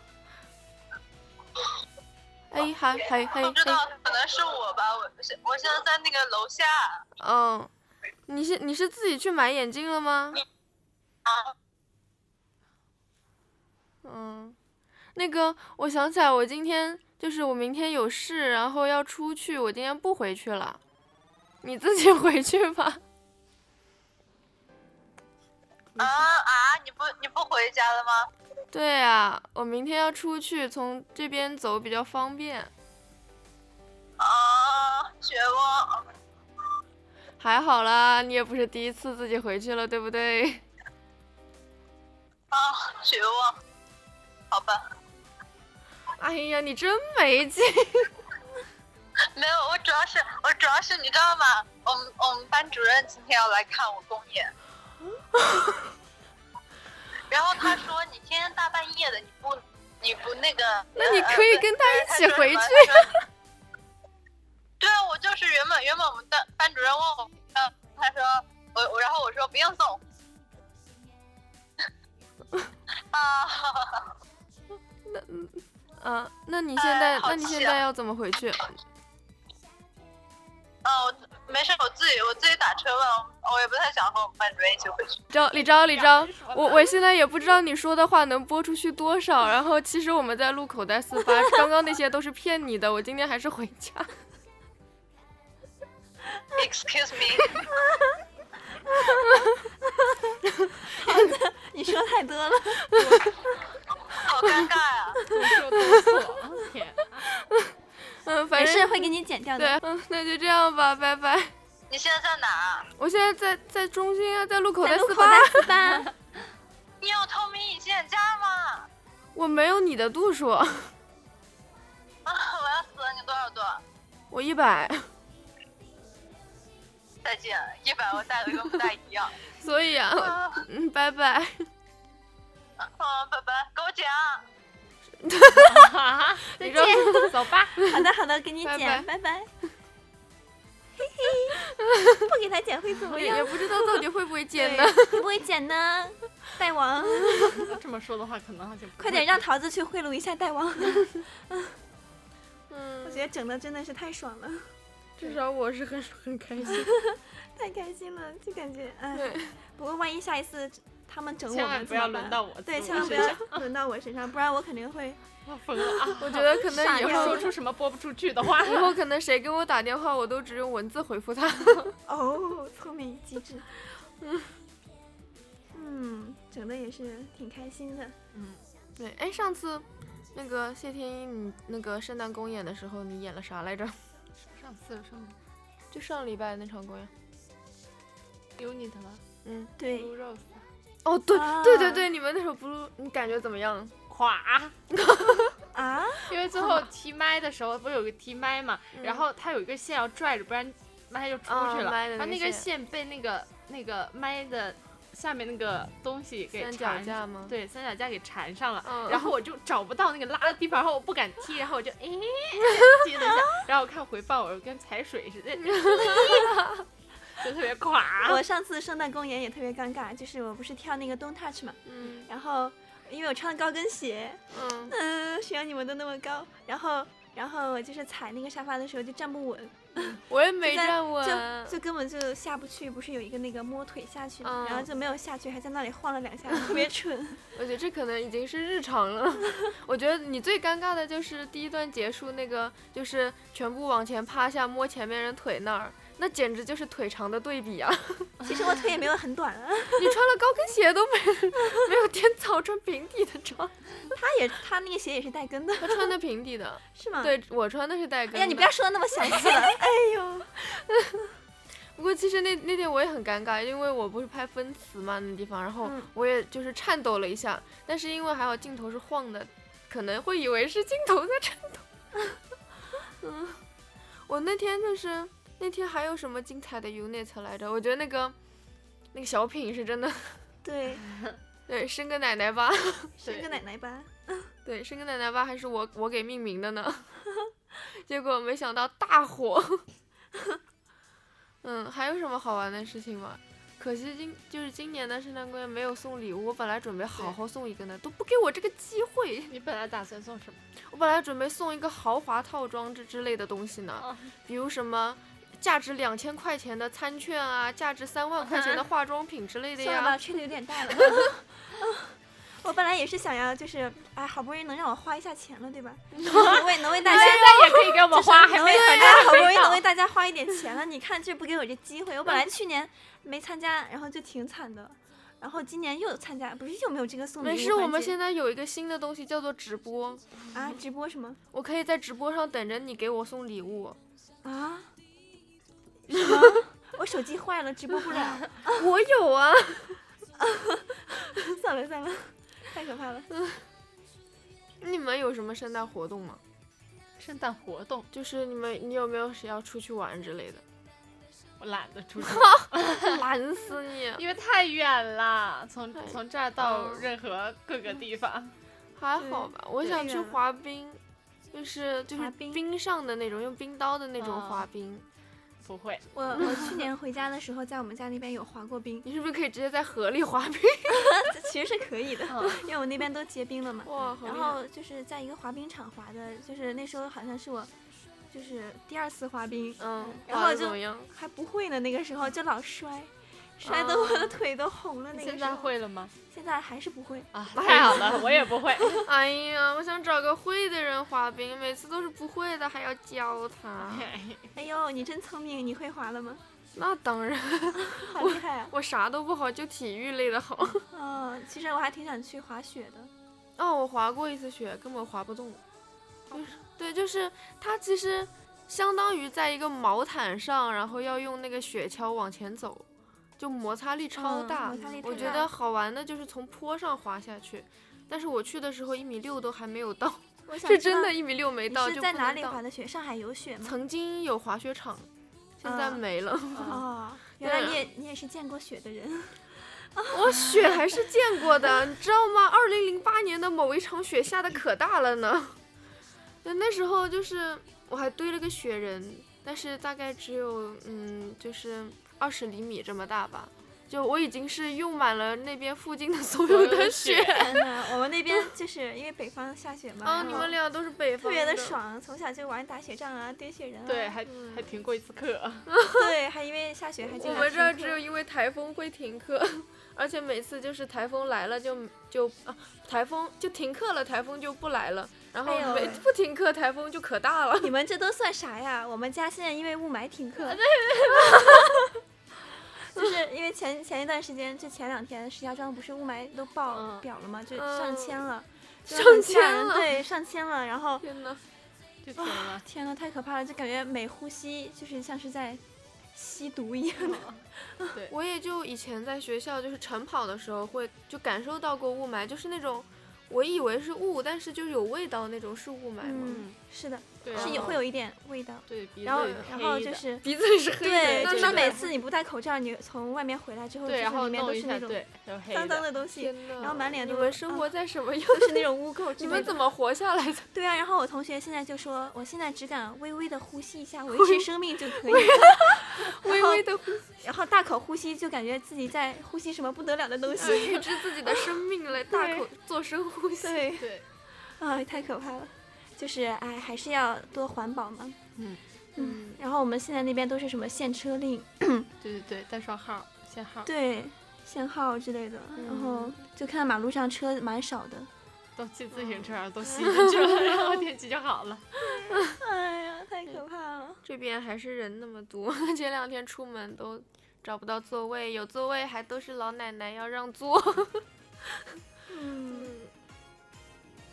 [SPEAKER 2] 哎，还还还
[SPEAKER 4] 不知
[SPEAKER 2] 还，
[SPEAKER 4] 道，可能是我吧。我是我现在在那个楼下
[SPEAKER 2] 嗯，你是你是自己去买眼镜了吗？
[SPEAKER 4] 啊，
[SPEAKER 2] 嗯，那个，我想起来，我今天就是我明天有事，然后要出去，我今天不回去了，你自己回去吧。
[SPEAKER 4] 啊啊！你不你不回家了吗？
[SPEAKER 2] 对啊，我明天要出去，从这边走比较方便。
[SPEAKER 4] 啊，绝望！
[SPEAKER 2] 还好啦，你也不是第一次自己回去了，对不对？
[SPEAKER 4] 啊，绝望！好吧，
[SPEAKER 2] 哎呀，你真没劲。
[SPEAKER 4] 没有，我主 要是我主要是你知道吗？我们我们班主任今天要来看我公演，
[SPEAKER 2] 啊，
[SPEAKER 4] 然后他说你今天大半夜的，你不你不那个，呃
[SPEAKER 2] 那你可以跟他一起回去。
[SPEAKER 4] 对啊，我就是原本原本我们的班主任问我，呃，他说我我然后我说不用送。 啊，
[SPEAKER 2] 啊，那你现在，
[SPEAKER 4] 哎好
[SPEAKER 2] 那你现
[SPEAKER 4] 气啊
[SPEAKER 2] 在要怎么回去？
[SPEAKER 4] 啊，我没事，我自己我自己打车吧，我也不太想和我们班主任一起回去。
[SPEAKER 2] 招李招李招，我我现在也不知道你说的话能播出去多少。然后其实我们在录口袋四八，刚刚那些都是骗你的。我今天还是回家。
[SPEAKER 4] Excuse me，
[SPEAKER 1] 你说太多了，
[SPEAKER 4] 好尴尬呀、
[SPEAKER 3] 就都错， 天啊，
[SPEAKER 2] 嗯，反
[SPEAKER 1] 没事
[SPEAKER 2] 正
[SPEAKER 1] 会给你剪掉
[SPEAKER 2] 对
[SPEAKER 1] 的。，
[SPEAKER 2] 嗯，那就这样吧，拜拜。
[SPEAKER 4] 你现在在哪儿啊？
[SPEAKER 2] 我现在在在中心啊，在录口
[SPEAKER 1] 在
[SPEAKER 2] 袋
[SPEAKER 1] 路
[SPEAKER 2] 四
[SPEAKER 1] 口
[SPEAKER 2] 八
[SPEAKER 1] 袋，四 八，
[SPEAKER 4] 你有透明隐形眼镜吗？
[SPEAKER 2] 我没有你的度数，
[SPEAKER 4] 啊，我要死了！你多少度？啊
[SPEAKER 2] 我一百，
[SPEAKER 4] 再见，一百我戴的跟不戴一样。
[SPEAKER 2] 所以啊，我
[SPEAKER 4] 啊，
[SPEAKER 2] 嗯，拜拜。
[SPEAKER 4] 嗯，拜拜，给我剪啊。
[SPEAKER 3] 啊你说走吧，
[SPEAKER 1] 好的好的，给你
[SPEAKER 2] 拜
[SPEAKER 1] 剪，拜拜。 嘿嘿，不给他剪会怎么
[SPEAKER 2] 我
[SPEAKER 1] 样
[SPEAKER 2] 也？不知道到底会不会剪呢。
[SPEAKER 1] 会不会剪呢？大王，
[SPEAKER 3] 这么说的话，可能还就不
[SPEAKER 1] 快点让桃子去贿赂一下大王。 我
[SPEAKER 2] 嗯，
[SPEAKER 1] 觉得整的真的是太爽了，
[SPEAKER 2] 至少我是很很开心。
[SPEAKER 1] 太开心了，就感觉哎。
[SPEAKER 2] 对，
[SPEAKER 1] 不过万一下一次他们整我
[SPEAKER 3] 千
[SPEAKER 1] 们，
[SPEAKER 3] 万不要
[SPEAKER 1] 怎么办
[SPEAKER 3] 轮到我，
[SPEAKER 1] 对，千万不要 轮到我身上，不然我肯定会。
[SPEAKER 3] 要疯了啊！
[SPEAKER 2] 我觉得可能
[SPEAKER 1] 傻
[SPEAKER 2] 以
[SPEAKER 1] 掉
[SPEAKER 2] 后
[SPEAKER 3] 说出什么播不出去的话，
[SPEAKER 2] 以后可能谁给我打电话，我都只用文字回复他。
[SPEAKER 1] 哦，聪明机 智。嗯，整的也是挺开心的。
[SPEAKER 3] 嗯
[SPEAKER 2] 对，哎，上次那个谢天一，你那个圣诞公演的时候，你演了啥来着？
[SPEAKER 3] 上次上次
[SPEAKER 2] 就上礼拜那场公演。
[SPEAKER 3] unit 吗
[SPEAKER 2] 嗯，
[SPEAKER 1] 对，
[SPEAKER 3] ？Blue Rose
[SPEAKER 2] 哦，对
[SPEAKER 1] 啊
[SPEAKER 2] 对对对，你们那首 blue，你感觉怎么样？
[SPEAKER 3] 垮，
[SPEAKER 1] 啊，
[SPEAKER 3] 因为最后踢麦的时候不是有个踢麦嘛，
[SPEAKER 2] 嗯
[SPEAKER 3] 然后它有一个线要拽着，不然麦就出去
[SPEAKER 2] 哦
[SPEAKER 3] 了，
[SPEAKER 2] 麦的那个
[SPEAKER 3] 然后那根
[SPEAKER 2] 线
[SPEAKER 3] 线被那个那个麦的下面那个东西给
[SPEAKER 2] 三脚
[SPEAKER 3] 缠
[SPEAKER 2] 架吗？
[SPEAKER 3] 对，三脚架给缠上了，
[SPEAKER 2] 嗯
[SPEAKER 3] 然后我就找不到那个拉的地方，然后我不敢踢，然后我就哎踢 了一下，然后我看回放，我跟踩水似的，就特别垮。
[SPEAKER 1] 我上次圣诞公演也特别尴尬，就是我不是跳那个 Don't Touch 嘛，
[SPEAKER 2] 嗯
[SPEAKER 1] 然后因为我穿高跟鞋，
[SPEAKER 2] 嗯
[SPEAKER 1] 嗯，谁让你们都那么高，然后然后我就是踩那个沙发的时候就站不稳，
[SPEAKER 2] 我也没
[SPEAKER 1] 就在
[SPEAKER 2] 站稳。
[SPEAKER 1] 就就根本就下不去，不是有一个那个摸腿下去的，
[SPEAKER 2] 嗯
[SPEAKER 1] 然后就没有下去，还在那里晃了 两下，特别蠢。
[SPEAKER 2] 我觉得这可能已经是日常了。 我觉得你最尴尬的就是第一段结束那个，就是全部往前趴下摸前面人腿那儿，那简直就是腿长的对比啊！
[SPEAKER 1] 其实我腿也没有很短啊，
[SPEAKER 2] 你穿了高跟鞋都没 没有天草穿平底的穿，
[SPEAKER 1] 他也他那个鞋也是带跟的，
[SPEAKER 2] 他穿的平底的，
[SPEAKER 1] 是吗？。
[SPEAKER 2] 对我穿的是带跟的。哦
[SPEAKER 1] 哎呀，你不要说的那么详细 了，哎呦，
[SPEAKER 2] 不过其实那那天我也很尴尬，因为我不是拍分词嘛那地方，然后
[SPEAKER 1] 嗯
[SPEAKER 2] 我也就是颤抖了一下，但是因为还好镜头是晃的，可能会以为是镜头在颤抖。嗯，我那天就是那天还有什么精彩的 unit 来着？我觉得那个那个小品是真的，
[SPEAKER 1] 对，
[SPEAKER 2] 对，生个奶奶吧，
[SPEAKER 1] 生个奶奶吧，
[SPEAKER 2] 对，生个奶奶吧，还是我我给命名的呢。 结果没想到大火。 嗯，还有什么好玩的事情吗？可惜今就是今年的圣诞公演没有送礼物，我本来准备好好送一个呢，都不给我这个机会。
[SPEAKER 3] 你本来打算送什么？
[SPEAKER 2] 我本来准备送一个豪华套装之之类的东西呢
[SPEAKER 3] 哦，
[SPEAKER 2] 比如什么价值两千块钱的餐券啊，价值三万 块钱的化妆品之类的
[SPEAKER 1] 算了吧，
[SPEAKER 2] 呀。
[SPEAKER 1] 吹的有点 大了。 我本来也是想要，就是哎，好不容易能让我花一下钱了，对吧？ 能为能为大家，
[SPEAKER 3] 在也可以给我们花，还
[SPEAKER 1] 能
[SPEAKER 3] 没
[SPEAKER 1] 为
[SPEAKER 3] 反
[SPEAKER 1] 大
[SPEAKER 3] 正
[SPEAKER 1] 家好不容
[SPEAKER 3] 没
[SPEAKER 1] 易能为
[SPEAKER 3] 到。
[SPEAKER 1] 大家花一点钱了，你看这不给我这机会。我本来去年没参加，然后就挺惨的，然后今年又参加，不是又没有这个送礼物
[SPEAKER 2] 没
[SPEAKER 1] 环节。
[SPEAKER 2] 事，我们现在有一个新的东西叫做直播，
[SPEAKER 1] 啊直播什么
[SPEAKER 2] 我可以在直播上等着你给我送礼物，
[SPEAKER 1] 啊？ 什么？我手机坏了，直播不了。
[SPEAKER 2] 我有啊。
[SPEAKER 1] 算了算了，太可怕了。
[SPEAKER 2] 你们有什么圣诞活动吗？
[SPEAKER 3] 圣诞活动，
[SPEAKER 2] 就是你们，你有没有谁要出去玩之类的？
[SPEAKER 3] 我懒得出去，
[SPEAKER 2] 懒死你！
[SPEAKER 3] 因为太远了，哦从
[SPEAKER 2] 哎
[SPEAKER 3] 从这儿到
[SPEAKER 2] 嗯
[SPEAKER 3] 任何各个地方。
[SPEAKER 2] 还好吧，我
[SPEAKER 1] 对
[SPEAKER 2] 想去
[SPEAKER 1] 远了
[SPEAKER 2] 滑冰，就是就是
[SPEAKER 1] 滑冰
[SPEAKER 2] 冰上的那种，用冰刀的那种
[SPEAKER 3] 哦
[SPEAKER 2] 滑冰。
[SPEAKER 3] 不会，
[SPEAKER 1] 我我去年回家的时候，在我们家那边有滑过冰，
[SPEAKER 2] 你是不是可以直接在河里滑冰？
[SPEAKER 1] 其实是可以的，
[SPEAKER 3] 嗯
[SPEAKER 1] 因为我那边都结冰了嘛。
[SPEAKER 2] 哇，好
[SPEAKER 1] 然
[SPEAKER 2] 厉害！
[SPEAKER 1] 后就是在一个滑冰场滑的，就是那时候好像是我，就是第二次滑冰，
[SPEAKER 2] 嗯，
[SPEAKER 1] 然
[SPEAKER 2] 滑
[SPEAKER 1] 后
[SPEAKER 2] 得
[SPEAKER 1] 就
[SPEAKER 2] 怎么样？
[SPEAKER 1] 还不会呢，那个时候就老摔，
[SPEAKER 2] 啊
[SPEAKER 1] 摔得我的腿都红了。那个
[SPEAKER 3] 现
[SPEAKER 1] 时候
[SPEAKER 3] 在，会了吗？
[SPEAKER 1] 现在还是不 会。
[SPEAKER 3] 啊，太 好了，我也不会。
[SPEAKER 2] 哎呀，我想找个会的人滑冰，每次都是不会的，还要教 他。
[SPEAKER 1] 哎呦，你真聪明，你会滑了吗？
[SPEAKER 2] 那当然，
[SPEAKER 1] 好厉害 啊！
[SPEAKER 2] 我啥都不好，就体育类的好。
[SPEAKER 1] 哦，其实我还挺想去滑雪的。
[SPEAKER 2] 哦，我滑过一次雪，根本滑不动。
[SPEAKER 1] 哦
[SPEAKER 2] 就是对，就是它其实相当于在一个毛毯上，然后要用那个雪橇往前走，就摩擦力超
[SPEAKER 1] 嗯
[SPEAKER 2] 大。
[SPEAKER 1] 摩擦力
[SPEAKER 2] 我
[SPEAKER 1] 太
[SPEAKER 2] 觉
[SPEAKER 1] 大
[SPEAKER 2] 得好玩的就是从坡上滑下去，但是我去的时候一米六都还没有 到，
[SPEAKER 1] 我想
[SPEAKER 2] 是
[SPEAKER 1] 知道
[SPEAKER 2] 真的，一米六没
[SPEAKER 1] 你
[SPEAKER 2] 到就是
[SPEAKER 1] 在
[SPEAKER 2] 不
[SPEAKER 1] 哪
[SPEAKER 2] 能
[SPEAKER 1] 里
[SPEAKER 2] 到
[SPEAKER 1] 滑的雪？上海有雪吗？
[SPEAKER 2] 曾经有滑雪场，现在
[SPEAKER 1] 嗯
[SPEAKER 2] 没了。
[SPEAKER 1] 哦，原
[SPEAKER 2] 对
[SPEAKER 1] 来你也你也是见过雪的 人。
[SPEAKER 2] 我雪还是见过的，你知道吗？二零零八年的某一场雪下的可大了呢。对，那时候就是我还堆了个雪人，但是大概只有嗯，就是二十厘米这么大吧。就我已经是用满了那边附近的所有的
[SPEAKER 3] 所有的
[SPEAKER 2] 雪。
[SPEAKER 1] 天呐，我们那边就是因为北方下雪嘛，
[SPEAKER 2] 啊，
[SPEAKER 1] 然
[SPEAKER 2] 你
[SPEAKER 1] 后
[SPEAKER 2] 们俩都是北
[SPEAKER 1] 特
[SPEAKER 2] 方
[SPEAKER 1] 别的。爽，从小就玩打雪仗啊，堆雪人啊。
[SPEAKER 3] 对，还
[SPEAKER 2] 嗯
[SPEAKER 3] 还停过一次课，
[SPEAKER 1] 对，还因为下雪还经
[SPEAKER 2] 我
[SPEAKER 1] 常
[SPEAKER 2] 们这儿
[SPEAKER 1] 听
[SPEAKER 2] 只
[SPEAKER 1] 课
[SPEAKER 2] 有因为台风会停课， 而且每次就是台风来了就就啊，台风就停课了，台风就不来了，然后
[SPEAKER 1] 哎呦
[SPEAKER 2] 没、
[SPEAKER 1] 喂
[SPEAKER 2] 不停课，台风就可 大了。
[SPEAKER 1] 你们这都算啥呀？我们家现在因为雾霾停课。
[SPEAKER 3] 啊
[SPEAKER 1] 就是因为前前一段时间，就前两天石家庄不是雾霾都爆
[SPEAKER 3] 嗯
[SPEAKER 1] 表了吗？就
[SPEAKER 2] 嗯
[SPEAKER 1] 上千了，就
[SPEAKER 2] 上
[SPEAKER 1] 很吓
[SPEAKER 2] 千
[SPEAKER 1] 人
[SPEAKER 2] 了
[SPEAKER 1] 对，上千了。然后
[SPEAKER 2] 天哪！
[SPEAKER 3] 就停了。
[SPEAKER 1] 天呐，太可怕了，就感觉每呼吸就是像是在吸毒一样的。
[SPEAKER 3] 嗯
[SPEAKER 2] 我也就以前在学校就是晨跑的时候会就感受到过雾霾，就是那种我以为是雾，但是就有味道那种是雾霾吗？
[SPEAKER 1] 嗯， 是的，
[SPEAKER 3] 对啊，
[SPEAKER 1] 是有会有一点味道。
[SPEAKER 3] 对鼻子
[SPEAKER 1] 然后
[SPEAKER 3] 也是，
[SPEAKER 1] 然后
[SPEAKER 3] 黑
[SPEAKER 1] 就
[SPEAKER 3] 的
[SPEAKER 1] 是。
[SPEAKER 2] 鼻子也是黑
[SPEAKER 1] 对，
[SPEAKER 2] 的，
[SPEAKER 1] 就
[SPEAKER 2] 那
[SPEAKER 1] 是
[SPEAKER 2] 那
[SPEAKER 1] 每次你不戴口罩，你从外面回来之后，就
[SPEAKER 3] 对，
[SPEAKER 1] 是
[SPEAKER 3] 然后
[SPEAKER 1] 里面都
[SPEAKER 3] 弄一
[SPEAKER 1] 是
[SPEAKER 3] 下，
[SPEAKER 1] 那种
[SPEAKER 3] 对，有黑
[SPEAKER 1] 脏脏
[SPEAKER 3] 的。
[SPEAKER 1] 的东西，
[SPEAKER 2] 天哪！
[SPEAKER 1] 然后满脸
[SPEAKER 2] 你
[SPEAKER 1] 都
[SPEAKER 2] 们
[SPEAKER 1] 是
[SPEAKER 2] 生
[SPEAKER 1] 啊
[SPEAKER 2] 活在什么 样？
[SPEAKER 1] 就是那种污 垢之类的。
[SPEAKER 2] 你们怎么活下来的？
[SPEAKER 1] 对啊，然后我同学现在就说，我现在只敢微微的呼吸一下，维持生命就可以了，
[SPEAKER 2] 微微的呼
[SPEAKER 1] 然后大口呼吸就感觉自己在呼吸什么不得了的东西。
[SPEAKER 2] 吸，预知自己的生命来大口做深呼吸。
[SPEAKER 1] 对，
[SPEAKER 3] 对，
[SPEAKER 1] 啊，太可怕了。就是哎，还是要多环保嘛。
[SPEAKER 3] 嗯
[SPEAKER 1] 嗯。然后我们现在那边都是什么限车令，
[SPEAKER 3] 对对对，带上号，限号，
[SPEAKER 1] 对，限号之类的，然后就看马路上车蛮少的。
[SPEAKER 3] 都骑自行车，
[SPEAKER 1] 嗯
[SPEAKER 3] 都吸进去了，然 后天气就好了。
[SPEAKER 1] 哎呀，太可怕了。
[SPEAKER 2] 这边还是人那么多， 前两天出门都找不到座位，有座位还都是老奶奶要让座。
[SPEAKER 1] 嗯。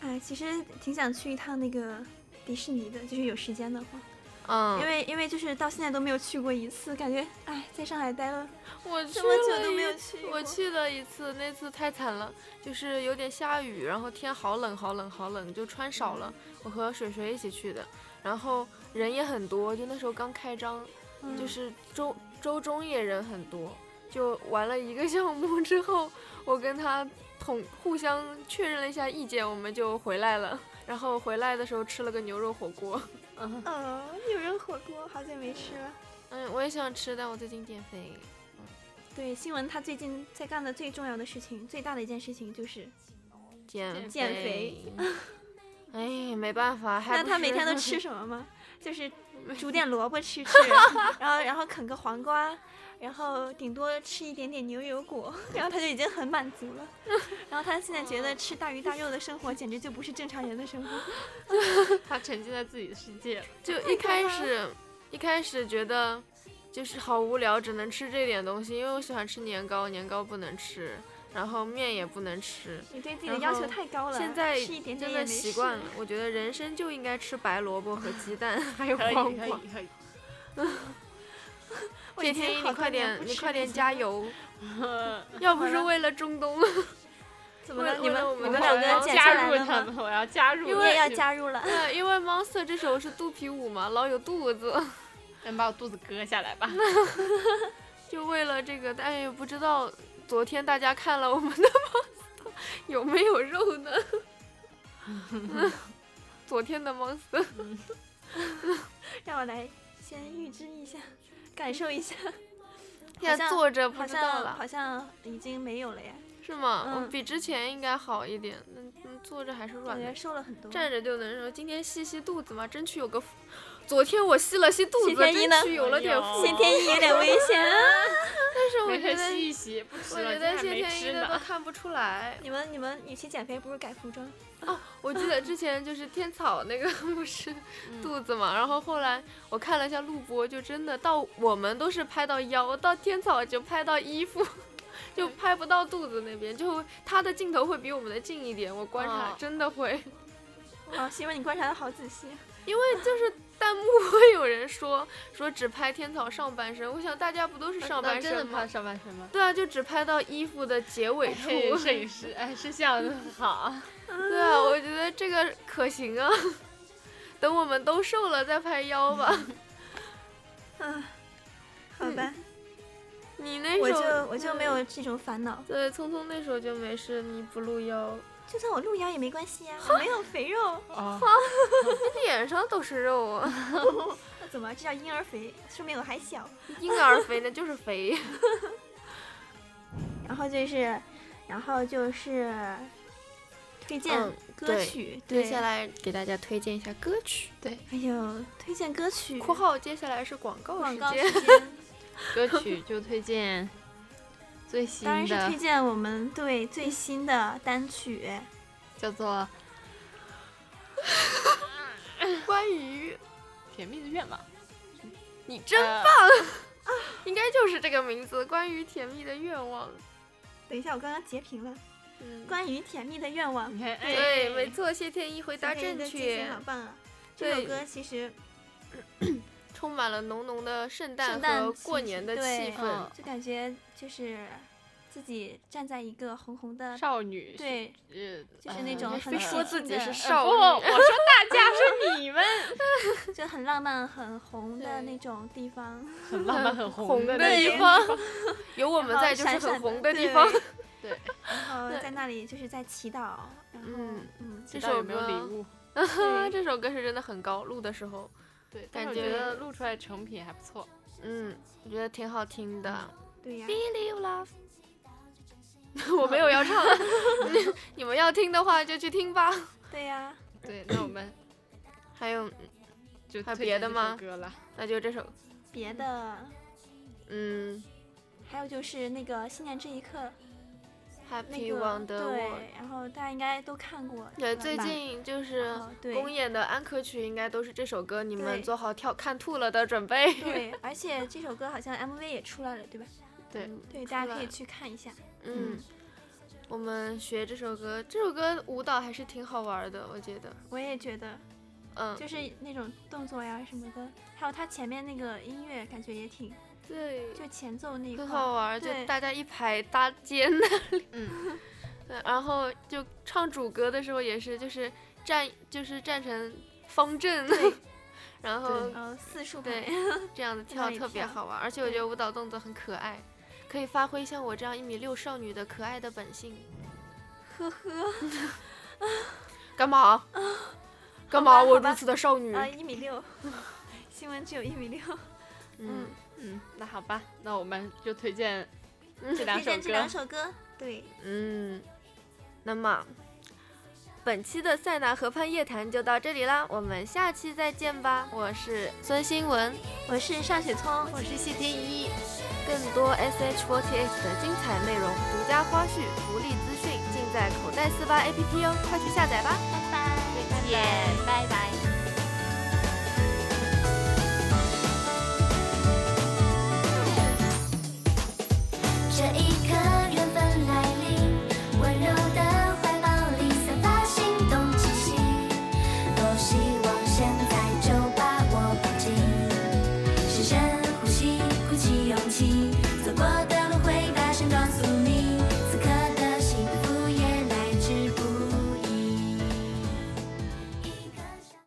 [SPEAKER 1] 哎，其实挺想去一趟那个迪士尼的，就是有时间的话。
[SPEAKER 2] 嗯
[SPEAKER 1] 因为因为就是到现在都没有去过一次，感觉哎，在上海待了
[SPEAKER 2] 我去
[SPEAKER 1] 这么久
[SPEAKER 2] 了
[SPEAKER 1] 都没
[SPEAKER 2] 一
[SPEAKER 1] 有去过
[SPEAKER 2] 我去了一次，那次太惨了，就是有点下雨，然后天好冷好冷好冷，就穿少了。我和水水一起去的，然后人也很多，就那时候刚开张，就
[SPEAKER 1] 嗯
[SPEAKER 2] 是周周中也人很多。就玩了一个项目之后，我跟他统互相确认了一下意见，我们就回来了。然后回来的时候吃了个牛肉火锅，
[SPEAKER 3] 嗯，
[SPEAKER 1] 嗯，有人火锅好久没吃了。
[SPEAKER 2] 嗯，我也想吃，但我最近减肥。
[SPEAKER 1] 对，新闻他最近在干的最重要的事情，最大的一件事情就是，
[SPEAKER 2] 减
[SPEAKER 1] 减
[SPEAKER 2] 肥
[SPEAKER 1] 肥。
[SPEAKER 2] 哎，没办法，还
[SPEAKER 1] 那
[SPEAKER 2] 不
[SPEAKER 1] 他每
[SPEAKER 2] 是
[SPEAKER 1] 天都吃什么吗？就是煮点萝卜吃吃，然后然后啃个黄瓜，然后顶多吃一点点牛油果， 然后他就已经很满足 了。然后他现在觉
[SPEAKER 2] 哦
[SPEAKER 1] 得吃大鱼大肉的生活简直就不是正常人的生活。
[SPEAKER 3] 他沉浸在自己的世界了。
[SPEAKER 2] 就一开始一开始觉得就是好无聊，只能吃这点东西，因为我喜欢吃年糕，年糕不能吃，然后面也不能吃。
[SPEAKER 1] 你对自己的
[SPEAKER 2] 然
[SPEAKER 1] 要求
[SPEAKER 2] 后
[SPEAKER 1] 太高了，
[SPEAKER 2] 现在
[SPEAKER 1] 吃一点点
[SPEAKER 2] 真
[SPEAKER 1] 也
[SPEAKER 2] 的
[SPEAKER 1] 没
[SPEAKER 2] 习
[SPEAKER 1] 事
[SPEAKER 2] 惯了，我觉得人生就应该吃白萝卜和鸡蛋， 还有
[SPEAKER 3] 可以
[SPEAKER 2] 黄
[SPEAKER 3] 可
[SPEAKER 2] 瓜。
[SPEAKER 3] 以可以，
[SPEAKER 1] 我
[SPEAKER 2] 铁
[SPEAKER 1] 已经
[SPEAKER 2] 天一，
[SPEAKER 1] 好
[SPEAKER 2] 你
[SPEAKER 1] 多
[SPEAKER 2] 快
[SPEAKER 1] 年
[SPEAKER 2] 点
[SPEAKER 1] 不，
[SPEAKER 2] 你
[SPEAKER 1] 吃
[SPEAKER 2] 快
[SPEAKER 1] 米
[SPEAKER 2] 点
[SPEAKER 1] 线
[SPEAKER 2] 加
[SPEAKER 1] 了！
[SPEAKER 2] 油！要不是为了中东，
[SPEAKER 1] 怎么
[SPEAKER 2] 为
[SPEAKER 1] 了？你
[SPEAKER 2] 为了
[SPEAKER 1] 们
[SPEAKER 2] 我
[SPEAKER 1] 你
[SPEAKER 2] 们
[SPEAKER 1] 们
[SPEAKER 2] 两
[SPEAKER 1] 两
[SPEAKER 2] 个
[SPEAKER 1] 个
[SPEAKER 2] 人
[SPEAKER 1] 减下
[SPEAKER 3] 加
[SPEAKER 1] 来
[SPEAKER 3] 入
[SPEAKER 1] 了
[SPEAKER 3] 他
[SPEAKER 1] 吗？
[SPEAKER 3] 们，我要加入。
[SPEAKER 1] 因为要加入了。
[SPEAKER 2] 对，因为 Monster 这首是肚皮舞嘛，老有肚子，
[SPEAKER 3] 能把我肚子割下来吧？
[SPEAKER 2] 就为了这个，但也不知道昨天大家看了我们的 monster 有没有肉呢？ 昨天的 monster
[SPEAKER 1] 让我来先预知一下，感受一下。
[SPEAKER 2] 现在坐着不
[SPEAKER 1] 好
[SPEAKER 2] 知道
[SPEAKER 1] 像
[SPEAKER 2] 了，
[SPEAKER 1] 好像已经没有了呀，
[SPEAKER 2] 是吗？
[SPEAKER 1] 嗯
[SPEAKER 2] 我比之前应该好一点，嗯嗯，坐着还是
[SPEAKER 1] 感
[SPEAKER 2] 软
[SPEAKER 1] 觉
[SPEAKER 2] 的，
[SPEAKER 1] 瘦了很多。
[SPEAKER 2] 站着就能说。今天吸吸肚子嘛，争取有个腹。昨天我吸了吸肚子，
[SPEAKER 1] 谢天一呢
[SPEAKER 2] 争取有了点腹
[SPEAKER 3] 哎呦，
[SPEAKER 1] 谢天一有点危险 啊！
[SPEAKER 2] 但是我
[SPEAKER 3] 没
[SPEAKER 2] 觉
[SPEAKER 3] 事，
[SPEAKER 2] 得
[SPEAKER 3] 吸一吸，不吃
[SPEAKER 2] 我
[SPEAKER 3] 了，
[SPEAKER 2] 觉
[SPEAKER 3] 今
[SPEAKER 2] 得
[SPEAKER 3] 天还
[SPEAKER 2] 谢
[SPEAKER 3] 没
[SPEAKER 2] 天一
[SPEAKER 3] 吃
[SPEAKER 2] 的都
[SPEAKER 3] 呢。
[SPEAKER 2] 看不出来。
[SPEAKER 1] 你们你们与其减肥，不如改服装。
[SPEAKER 2] 我记得之前就是天草那个 不是
[SPEAKER 1] 嗯
[SPEAKER 2] 肚子嘛，然后后来我看了一下录播，就真的到我们都是拍到腰，到天草就拍到衣服， 就拍不到肚子那边，就他的镜头会比我们的近一点。我观察、
[SPEAKER 1] 嗯
[SPEAKER 3] 哦
[SPEAKER 2] 真的会，
[SPEAKER 1] 哇，希望你观察的好仔细。啊
[SPEAKER 2] 因为就是弹幕会 有人说说只拍天草上半身，我想大家不都是
[SPEAKER 1] 啊
[SPEAKER 2] 上半
[SPEAKER 3] 真的
[SPEAKER 2] 身
[SPEAKER 3] 拍
[SPEAKER 2] 吗？
[SPEAKER 3] 上半身吗？
[SPEAKER 2] 对啊，就只拍到衣服的结尾处。
[SPEAKER 3] 嘿，摄影师，哎，摄像好，
[SPEAKER 2] 对啊，我觉得这个可行啊。 等我们都瘦了再拍腰吧。
[SPEAKER 1] 啊，好
[SPEAKER 2] 嗯
[SPEAKER 1] 吧，
[SPEAKER 2] 你那首
[SPEAKER 1] 我就我就没有这种烦恼。
[SPEAKER 2] 对聪聪那首就没事，你不露腰，
[SPEAKER 1] 就算我露腰也没关系呀、啊我没有肥肉，
[SPEAKER 3] 哦，
[SPEAKER 2] 脸上都是肉啊。
[SPEAKER 1] 那怎么这叫婴儿肥？说明我还小。
[SPEAKER 2] 婴儿肥那就是肥。
[SPEAKER 1] 然后就是，然后就是推荐
[SPEAKER 2] 嗯
[SPEAKER 1] 歌
[SPEAKER 2] 对
[SPEAKER 1] 曲，
[SPEAKER 2] 接下来给大家推荐一下歌曲。
[SPEAKER 1] 哎呦，推荐歌曲，
[SPEAKER 2] （括号接下来是广告时
[SPEAKER 1] 嗯广告
[SPEAKER 2] 间）。
[SPEAKER 1] 时间，
[SPEAKER 3] 歌曲就推荐最新
[SPEAKER 1] 当然是
[SPEAKER 3] 的
[SPEAKER 1] 推，荐我们对最新的单曲。
[SPEAKER 3] 叫做
[SPEAKER 2] 关于
[SPEAKER 3] 《甜蜜的愿望》。
[SPEAKER 2] 你真
[SPEAKER 3] 呃
[SPEAKER 2] 应该就是这个名字，关于甜蜜的愿望。
[SPEAKER 1] 等一下，我刚刚截屏了。
[SPEAKER 2] 嗯，
[SPEAKER 1] 关于甜蜜的愿望，
[SPEAKER 3] 你看，哎，
[SPEAKER 2] 对，没错，谢天一回答
[SPEAKER 1] 这个人
[SPEAKER 2] 正
[SPEAKER 1] 的记
[SPEAKER 2] 确
[SPEAKER 1] 性，好棒啊！这首
[SPEAKER 2] 对
[SPEAKER 1] 歌其实
[SPEAKER 2] 充满了浓浓的圣
[SPEAKER 1] 圣
[SPEAKER 2] 诞
[SPEAKER 1] 诞
[SPEAKER 2] 和
[SPEAKER 1] 气
[SPEAKER 2] 过
[SPEAKER 1] 息
[SPEAKER 2] 年的
[SPEAKER 1] 对
[SPEAKER 2] 气氛
[SPEAKER 3] 嗯。
[SPEAKER 1] 就感觉就是自己站在一个红红的，
[SPEAKER 3] 少女，
[SPEAKER 1] 对，
[SPEAKER 3] 呃，
[SPEAKER 1] 就是那
[SPEAKER 3] 呃
[SPEAKER 1] 种
[SPEAKER 3] 呃
[SPEAKER 1] 很
[SPEAKER 2] 非
[SPEAKER 1] 喜庆
[SPEAKER 2] 说自己
[SPEAKER 1] 的
[SPEAKER 2] 是
[SPEAKER 1] 呃
[SPEAKER 2] 少
[SPEAKER 3] 不，
[SPEAKER 2] 女，
[SPEAKER 3] 我说 大家
[SPEAKER 2] 嗯
[SPEAKER 3] 是你们，
[SPEAKER 1] 就很浪漫、很红的
[SPEAKER 3] 对
[SPEAKER 1] 那种地方。
[SPEAKER 3] 很浪漫，很红
[SPEAKER 2] 红
[SPEAKER 3] 的
[SPEAKER 2] 的
[SPEAKER 3] 那
[SPEAKER 2] 地
[SPEAKER 3] 种
[SPEAKER 2] 方， 有我
[SPEAKER 1] 我
[SPEAKER 2] 们在就是很红的地 方。
[SPEAKER 3] 对，
[SPEAKER 1] 然后
[SPEAKER 2] 对
[SPEAKER 1] 在那里就是在祈祷，然后
[SPEAKER 2] 嗯
[SPEAKER 1] 嗯，
[SPEAKER 2] 这
[SPEAKER 3] 不知道
[SPEAKER 2] 首
[SPEAKER 3] 有没有
[SPEAKER 2] 歌
[SPEAKER 3] 礼物？
[SPEAKER 2] 啊，
[SPEAKER 1] 对
[SPEAKER 2] 这首歌是真的很高，录的时候，
[SPEAKER 3] 对，
[SPEAKER 2] 感
[SPEAKER 3] 但是我
[SPEAKER 2] 觉
[SPEAKER 3] 觉得录出来成品还不错。
[SPEAKER 2] 嗯，我觉得挺好听的。
[SPEAKER 1] 对呀，
[SPEAKER 2] Really you love，我没有要唱，你 你们要听的话就去听吧。
[SPEAKER 1] 对呀，
[SPEAKER 3] 对，那我们
[SPEAKER 2] 还有，
[SPEAKER 3] 就
[SPEAKER 2] 还有
[SPEAKER 3] 推
[SPEAKER 2] 别
[SPEAKER 3] 荐
[SPEAKER 2] 的
[SPEAKER 3] 这首
[SPEAKER 2] 吗
[SPEAKER 3] 歌了，
[SPEAKER 2] 那就这首，
[SPEAKER 1] 别的
[SPEAKER 2] 嗯
[SPEAKER 1] 还有就是那个《新年这一刻》那
[SPEAKER 2] ，Happy
[SPEAKER 1] 个
[SPEAKER 2] Wonder World。
[SPEAKER 1] 对，然后大家应该都看过。
[SPEAKER 2] 对，
[SPEAKER 1] 吧
[SPEAKER 2] 最近就是
[SPEAKER 1] 哦对
[SPEAKER 2] 公演的安可曲应该都是这首歌，你
[SPEAKER 1] 对
[SPEAKER 2] 们做好跳看吐了的准备。
[SPEAKER 1] 对，而且这首歌好像 MV 也出来了，对吧？
[SPEAKER 3] 对，
[SPEAKER 1] 对，大家可以
[SPEAKER 2] 嗯出来
[SPEAKER 1] 去看一下。
[SPEAKER 2] 嗯，我们学这首歌，这首歌舞蹈还是挺好玩的，我觉得。
[SPEAKER 1] 我也觉得，
[SPEAKER 2] 嗯，
[SPEAKER 1] 就是那种动作呀什么的，还有它前面那个音乐，感觉也挺，
[SPEAKER 2] 对，
[SPEAKER 1] 就前奏那一块
[SPEAKER 2] 很
[SPEAKER 1] 儿，
[SPEAKER 2] 好玩，就
[SPEAKER 1] 对
[SPEAKER 2] 大家一排搭肩那里。
[SPEAKER 3] 嗯，
[SPEAKER 2] 对，然后就唱主歌的时候也是，就是站，就是站成方阵， 然后
[SPEAKER 1] 然后呃四处
[SPEAKER 2] 对
[SPEAKER 1] 排，
[SPEAKER 2] 这样子
[SPEAKER 1] 那
[SPEAKER 2] 跳
[SPEAKER 1] 里
[SPEAKER 2] 特别
[SPEAKER 1] 跳
[SPEAKER 2] 好玩，而且我觉
[SPEAKER 1] 对
[SPEAKER 2] 得舞蹈动作很可爱，可以发挥像我这样一米六少女的可爱的本性。
[SPEAKER 1] 呵呵，
[SPEAKER 2] 干嘛？干嘛？
[SPEAKER 1] 好吧
[SPEAKER 2] 我
[SPEAKER 1] 好吧
[SPEAKER 2] 如此的少女。
[SPEAKER 1] 啊，一米六，新闻只有一米六，
[SPEAKER 2] 嗯，
[SPEAKER 3] 嗯，那好吧，那我们就推荐
[SPEAKER 2] 嗯
[SPEAKER 3] 这两
[SPEAKER 1] 推
[SPEAKER 3] 首
[SPEAKER 1] 荐这两
[SPEAKER 3] 歌。
[SPEAKER 1] 首歌，对，
[SPEAKER 2] 嗯，那么本期的塞纳河畔夜谈就到这里啦，我们下期再见吧。我是孙新文，
[SPEAKER 1] 我是尚雪聪，
[SPEAKER 3] 我是谢天一，
[SPEAKER 2] 更多 SH48 的精彩内容、独家花絮、福利资讯，尽在口袋四八 APP 哦，快去下载吧。
[SPEAKER 3] 再见，拜拜。